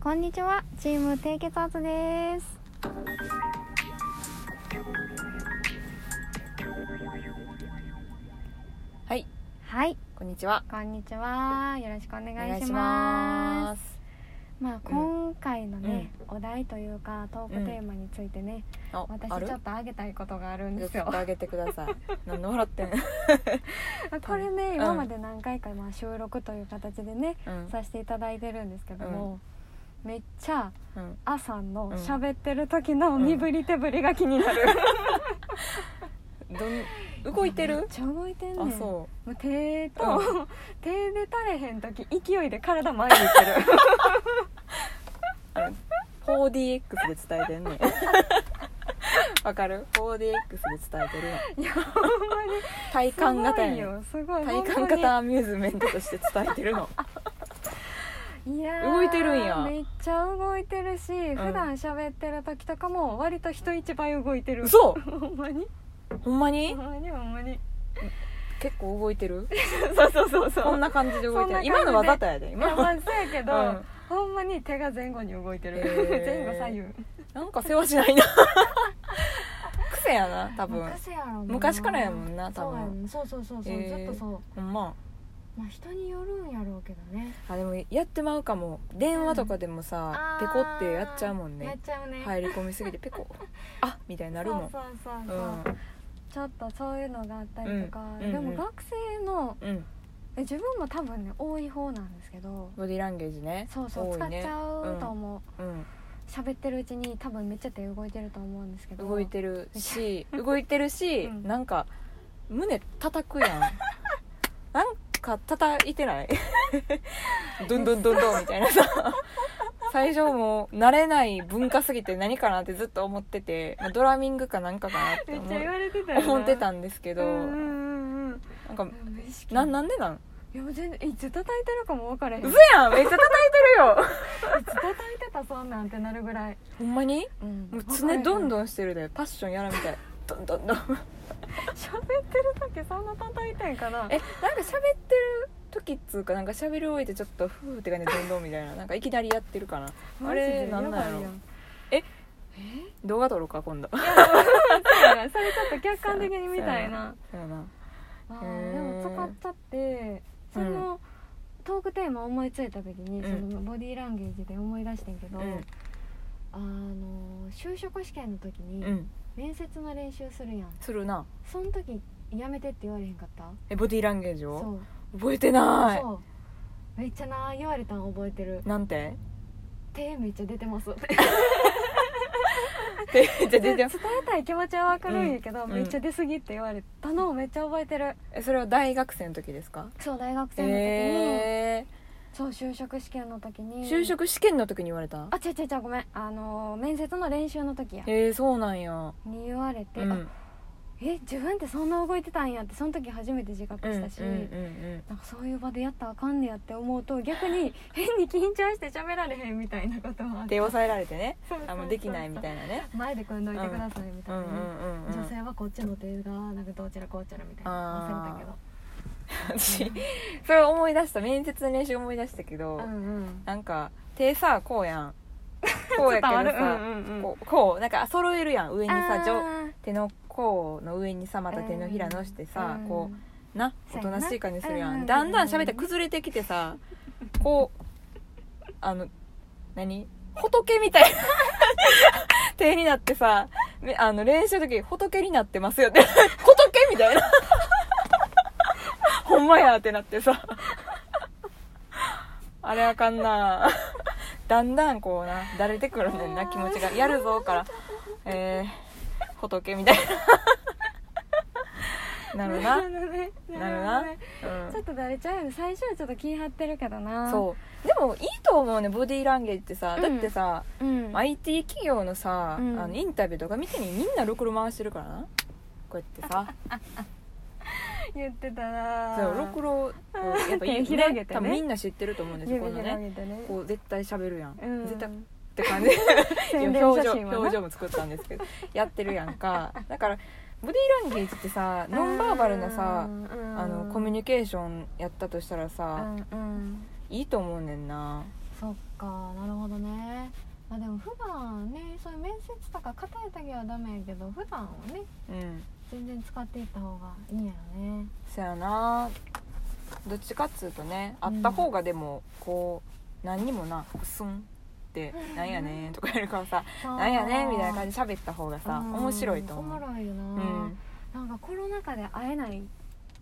こんにちは、チーム低血圧です。はい、はい、こんにちは。こんにちは。よろしくお願いします。ま。ますあ今回のね、お題というかトークテーマについてね、あ、私あるちょっとあげたいことがあるんです言よって。あげてくだ さい。何の笑ってん。これね、うん今まで何回かまあ収録という形でね、うん、させていただいてるんですけども、めっちゃうん、朝のうん喋ってる時の身振り手振りが気になる、どん、動いてめっる。 ちゃ動いてんねんあ、そうもう手と、う 手で垂れへん時勢いで体前に行ってるう。あれ 4DX で伝えてんねん。 わかる ?4DX で伝えてるやんいやほんまに体感型すごいやねんよすごい体感ほんま型アミューズメントとして伝えてるの。にいやー動いてるんやめっちゃ動いてるし、ん普段喋ってる時とかも割と人一倍動いてる嘘ほんまにほんまほにんまにほんまに結構動いてるそうそうそうそうこんな感じで動いてる。そんな感じで今のわざとやで、いや今。まあそうやけど、うんほんまに手が前後に動いてる、へ前ー後左右なんか世話しない な。癖やな、多分。昔やろもんな昔からやもんな多分そうやんそうそうそうそう、へーずっとそうほんま。まあ人によるんやろうけどねあでもやってまうかも電話とかでもさ、ペコってやっちゃうもんやっねちゃうね入り込みすぎて ペコあみたいになるもんそうそうそううそう、んちょっとそういうのがあったりとか、うんうんでうんも学生のうんえ自分も多分ね多い方なんですけどボディーランゲージねそうそう、使多っいねちゃうと思ううん喋ってるうちに多分めっちゃ手動いてると思うんですけど動いてるし動いてるし、 うんなんか胸叩く やんなんか叩いてないどんどんどんどんみたいなさ最初もう慣れない文化すぎて何かなってずっと思っててまあドラミングかなんかかなってめっ思ちゃ言われてたよな思ってただんですけうど、んうんうんなんかうん無意識なんなんでなんいやもう全然いつ叩いてるかも分からへんい嘘つやんめっちゃ叩いてるよ叩いてたそんなんってなるぐらい、 ほんまにうんもう常どんんどんしてるでパッションやらみたいどんどんどん喋ってる時そんな叩いてんかなえなんか喋ってる時っつうかなんか喋り終えてちょっとふーって感じでどんどんみたいななんかいきなりやってるかなあれマジでなんなんやばいろん動画撮ろうか今度そうやなそれちょっと客観的に見たいなそうやなあうーんでも使っちゃってその、トークテーマ思いついた時に、うんそのボディーランゲージで思い出してんけど、うんあの就職試験の時にうん面接の練習するやんするなその時やめてって言われへんかったえボディーランゲージそをう覚えてなそうめっちゃな言われたん覚えてるいなんて手めっちゃ出て ますでじゃあ伝 全え然たい気持ちは分かるんやけど、うんめっちゃ出過ぎって言われたのをめっちゃ覚えてるえそれは大学生の時ですかそう大学生の時に、えそう就職試験の時ー、に就職試験の時に言われたあ違う違う違うごめんあのー面接の練習の時やえー、そうなんやに言われて、うんあえ自分ってそんな動いてたんやってその時初めて自覚したし、うんうんうんなんかそういう場でやったらあかんねやって思うと逆 に変に緊張して喋られへんみたいなこともあうっん、てで抑えられてねそうそうそうあもうできないみたいなね前で組んどいてくださいみたういんうな、んうんうん女性はこっちの手がなんかどちらこうちらみたいな忘れたけあーど私それ思い出した面接の練習思い出したけど、うんうんなんか手さこうや んこうやけど伝わるさ、うんうんうんこうこうなんか揃えるやん上にさあ上ー手の甲の上にさまた手のひらのしてさ、うん こうなそおうやなとなしい感じするやん、うんうんだんだん喋って崩れてきてさこうあの何仏 みたいな手になってさめあの練習の時仏になってますよって 仏みたいな ほんまやってなってさあれあかんなだんだんこうなだれてくるんだよな気持ちがやるぞからえー、仏みたいななるなるほどねなるほなどね、うんちょっとだれちゃうよね最初はちょっと気張ってるけどなそうでもいいと思うねボディーランゲージってさうんだってさ、う、うん、 IT 企業のさ、うんあのインタビューとか見てにみんなろくろ回してるからなこうやってさ言ってたなそうろくろをやっぱいい手 広げてね多分みんな知ってると思うんですよ指この広ねげてねこう絶対喋るやん、うん絶対って感じで 宣伝表写情真はな表情も作ったんですけどやってるやんかだからボディーランゲージってさうんノンバーバルなさうんあのコミュニケーションやったとしたらうさんうんいいと思うねんなそっかなるほどねまあでも普段ねそういう面接とか硬い時はダメやけど普段はねうん全然使っていった方がいいんやろねそやなどっちかっつうとねあった方がでもこう何にもな「すん」って「なんやねん」とかやるからさ「なんやねん」みたいな感じじで喋った方がさ面白いとお思もう。ろいよな、うんなんかコロナ禍で会えない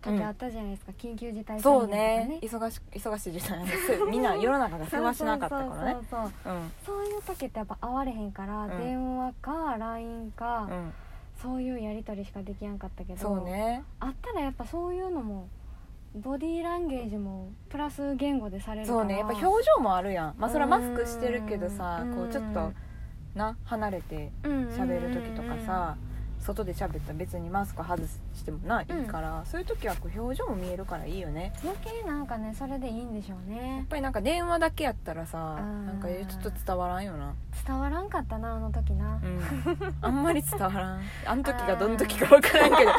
時あったじゃないですか、緊急事態そうとかね忙し忙しい時代なん ですみんな世の中がそう忙しなかったからねそうそうそううんそういう時ってやっぱ会われへんから、うん電話か LINE か、うんそういうやり取りしかできやんかったけどそうねあったらやっぱそういうのもボディーランゲージもプラス言語でされるからそうねやっぱ表情もあるやんまあそれはマスクしてるけどさうんこうちょっとな離れて喋る時とかさ外で喋ったら別にマスク外してもないいから、そういう時はこう表情も見えるからいいよね余計なんかねそれでいいんでしょうやっねぱりなんか電話だけやったらさうんなんかちょっと伝わらんよな、伝わらんかったなあの時な、うん、あんまり伝わら んあの時がどの時か分からんけどま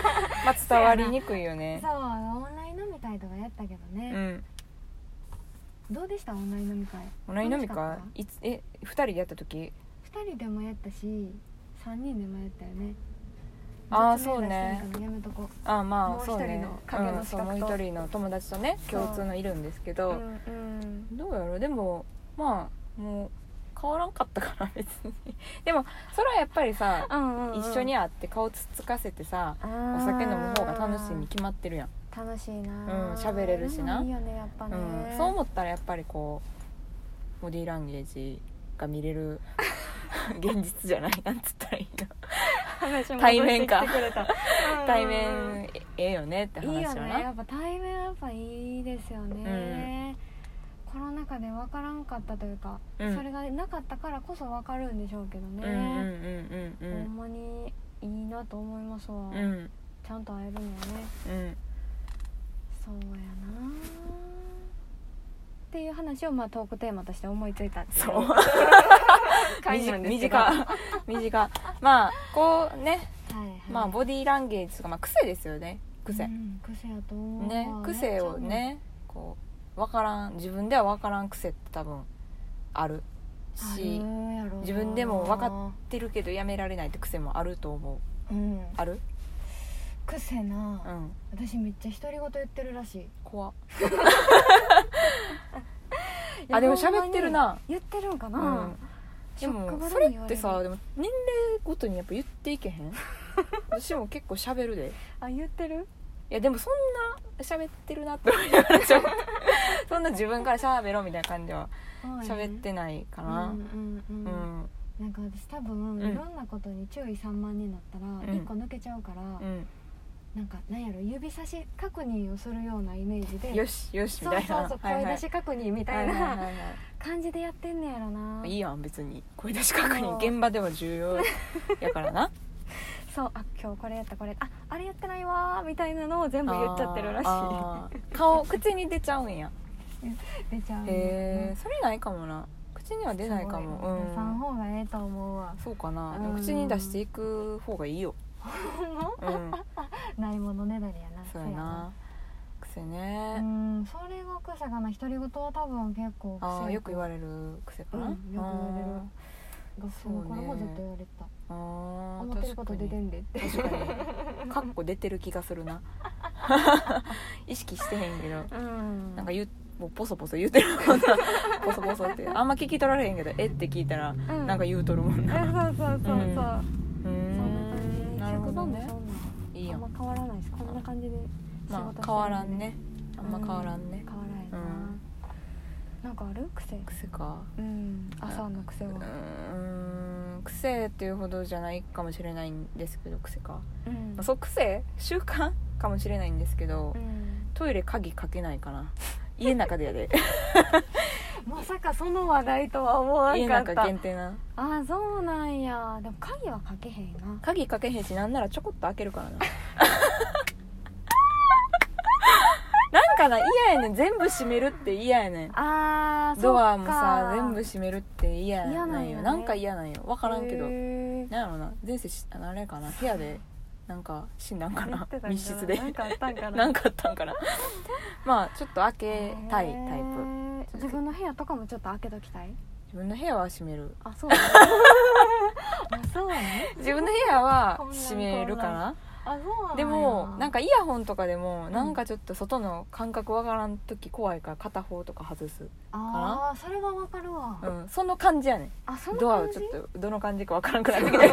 あ伝わりにくいよ ねそうオンライン飲み会とかやったけどうね、んどうでしたオンライン飲み会オンライン飲み楽会しかっいつえ二人でやった時た二人でもやったし三人でもやったよねあーそうね雑名出していいかなやめとこうあまもあうそうね一人の影のうん資そ格うともう一人の友達とねそう共通のいるんですけど、うんうんどうやろうでもまあもう変わらんかったから 別にでもそれはやっぱりさうんうんうん一緒に会って顔つつかせてさお酒飲む方が楽しいに決まってるやん、あー楽しいなうん喋れるしなでもいいよねやっぱね、うん、そう思ったらやっぱりこうボディーランゲージが見 れる現実じゃないなんつったらいいの話も対面か戻してきてくれた 対うんうん面えええよねっていい話よよねなやっぱ対面やっぱいいですよね、コロナ禍で分からんかったというか、うんそれがなかったからこそ分かるんでしょうけどうんうんね、うんうほんんまにいいなと思いますわ、うんうんちゃんと会えるのねうんそうやなっていう話をまあトークテーマとして思いついたっていう そう回なんですけど短 短まあこうねはいはいまあボディーランゲージとか、まあ、癖ですよねう癖、ん癖やと思うねわ癖をねこう分からん自分では分からん癖って多分あるあるしやろな自分でも分かってるけどやめられないって癖もあると思ううんある癖な、うん私めっちゃ独り言言ってるらしい怖っいやあでも喋ってるな言ってるんかな、うんで職場もでそれも言わってるさでも年齢ごとにやっぱ言っていけへん 私も結構喋るであ言ってるいやでもそんな喋ってるなって思いながら喋って そんな自分から喋ろうみたいな感じは喋ってないかかなうんうんうん、うんなんか私多分、んいろんなことに注意散漫になったらうん一個抜けちゃうから、うんなんかなんやろ指差し確認をするようなイメージでよしよしみそうたいそうなそう はいはい声出し確認みたいはいはいなはいはい感じでやってんねやろないいやん別に声出し確認そう現場では重要やからなそうあ今日これやったこれああれやってないわーみたいなのを 全部言っちゃってるらしあーあー顔口に出ちゃうんやい出ちゃうへねえそれないかもな口には出出ないかも出うさんん方がええと思うわそうかなうん口に出していく方がいいようんないものねだりやなそうやな癖ねうんそれが癖かな独り言は多分結構癖あーよく言われる癖かなうんよく言われる学生の頃もずっと言われてた、あーあ思ーってること出てんでって確かにかっこ出てる気がするな 意識してへんけどうんなんか言うもうポソポソ言うてるもんなポソポソってあんま聞き取られへんけどえって聞いたらうんなんか言うとるもんえな そうそうそうそう、うそんんな感じ職なるほ場どもねそんないいあやんまん変わらないですこんな感じで仕事してるまあ変わらんねあんま変わらんう変ねわらんな、うんなんかある癖癖かうん朝の癖はうーん癖っていうほどじゃないかもしれないんですけど癖かうんまあそう癖習慣かもしれないんですけどうんトイレ鍵かけないかな家の中でや でまさかその話題とは思わ家んのかっ中た限定なあそうなんやでも鍵はかけへんな鍵かけへんしなんならちょこっと開けるからななんかな嫌やねん全部閉めるって嫌やねんあードアもさそっか全部閉めるって嫌や嫌ななんんやよねなんか嫌なんよ分からんけどへなんーやろな前世しああれかな部屋でなんか死んだんか言っなてたんかな密室でなんかあったんかななんかあったんかなまあちょっと開けたいタイへプーえ自分の部屋とかもちょっと開けときたい自分の部屋は閉める あそうなのあそうなの自分の部屋は混乱閉めるかなあそうなんやでもなんかイヤホンとかでもなんかちょっと外の感覚わからん時怖いから片方とか外す、ああそれはわかるわ、うん、その感じやねんあそんなドアを感ちじょっとどの感じかわからんくなってきた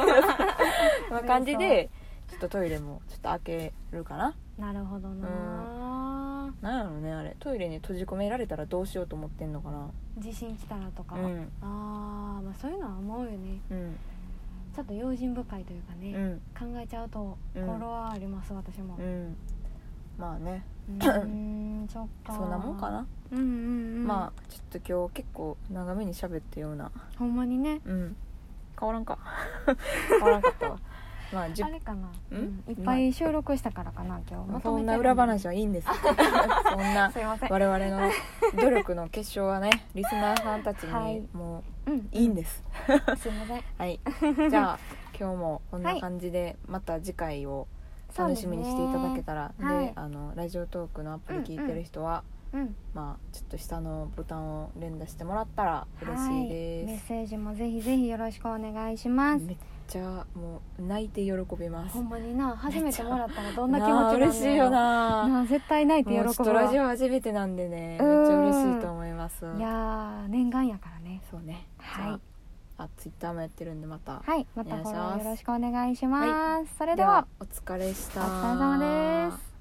その 感じでちょっとトイレもちょっと開けるかななるほどなー、なんやろねあれトイレに閉じ込められたらどうしようと思ってんのかな地震来たらとか、うんああまあそういうのは思うよねうんちょっと用心深いというかね、うん考えちゃうとうん心はあります、私もうんまあねうー んそっかそんなもんかな、うんうんうんまあちょっと今日結構長めに喋ったようなほんまにねうん変わら んか変わらんかったわまあじゅあれかな、んいっぱい収録したからかな今日まとそめてるんな裏話はいいんですそん なすいません我々の努力の結晶はねリスナーさんたちはいにもうんういいんですすいません はい、じゃあ今日もこんな感じでまた次回を楽しみにしていただけたら、そうですねではいあのラジオトークのアプリ聞いてる人は、うんまあ、ちょっと下のボタンを連打してもらったら嬉しいはい、メでッす、セージもぜひぜひよろしくお願いします、めっちゃもう泣いて喜びますほんまにな初めてもらったらどんな気持ちなあなんだろう嬉しいよななあ絶対泣いて喜もうちょっぶとわラジオ初めてなんでねめっちうんゃ嬉しいと思いますいやー念願やからねそうねはいじゃああツイッターもやってるんでまた、はいまたフォローよろしくお願いします、それででははお疲れしたお疲れ様です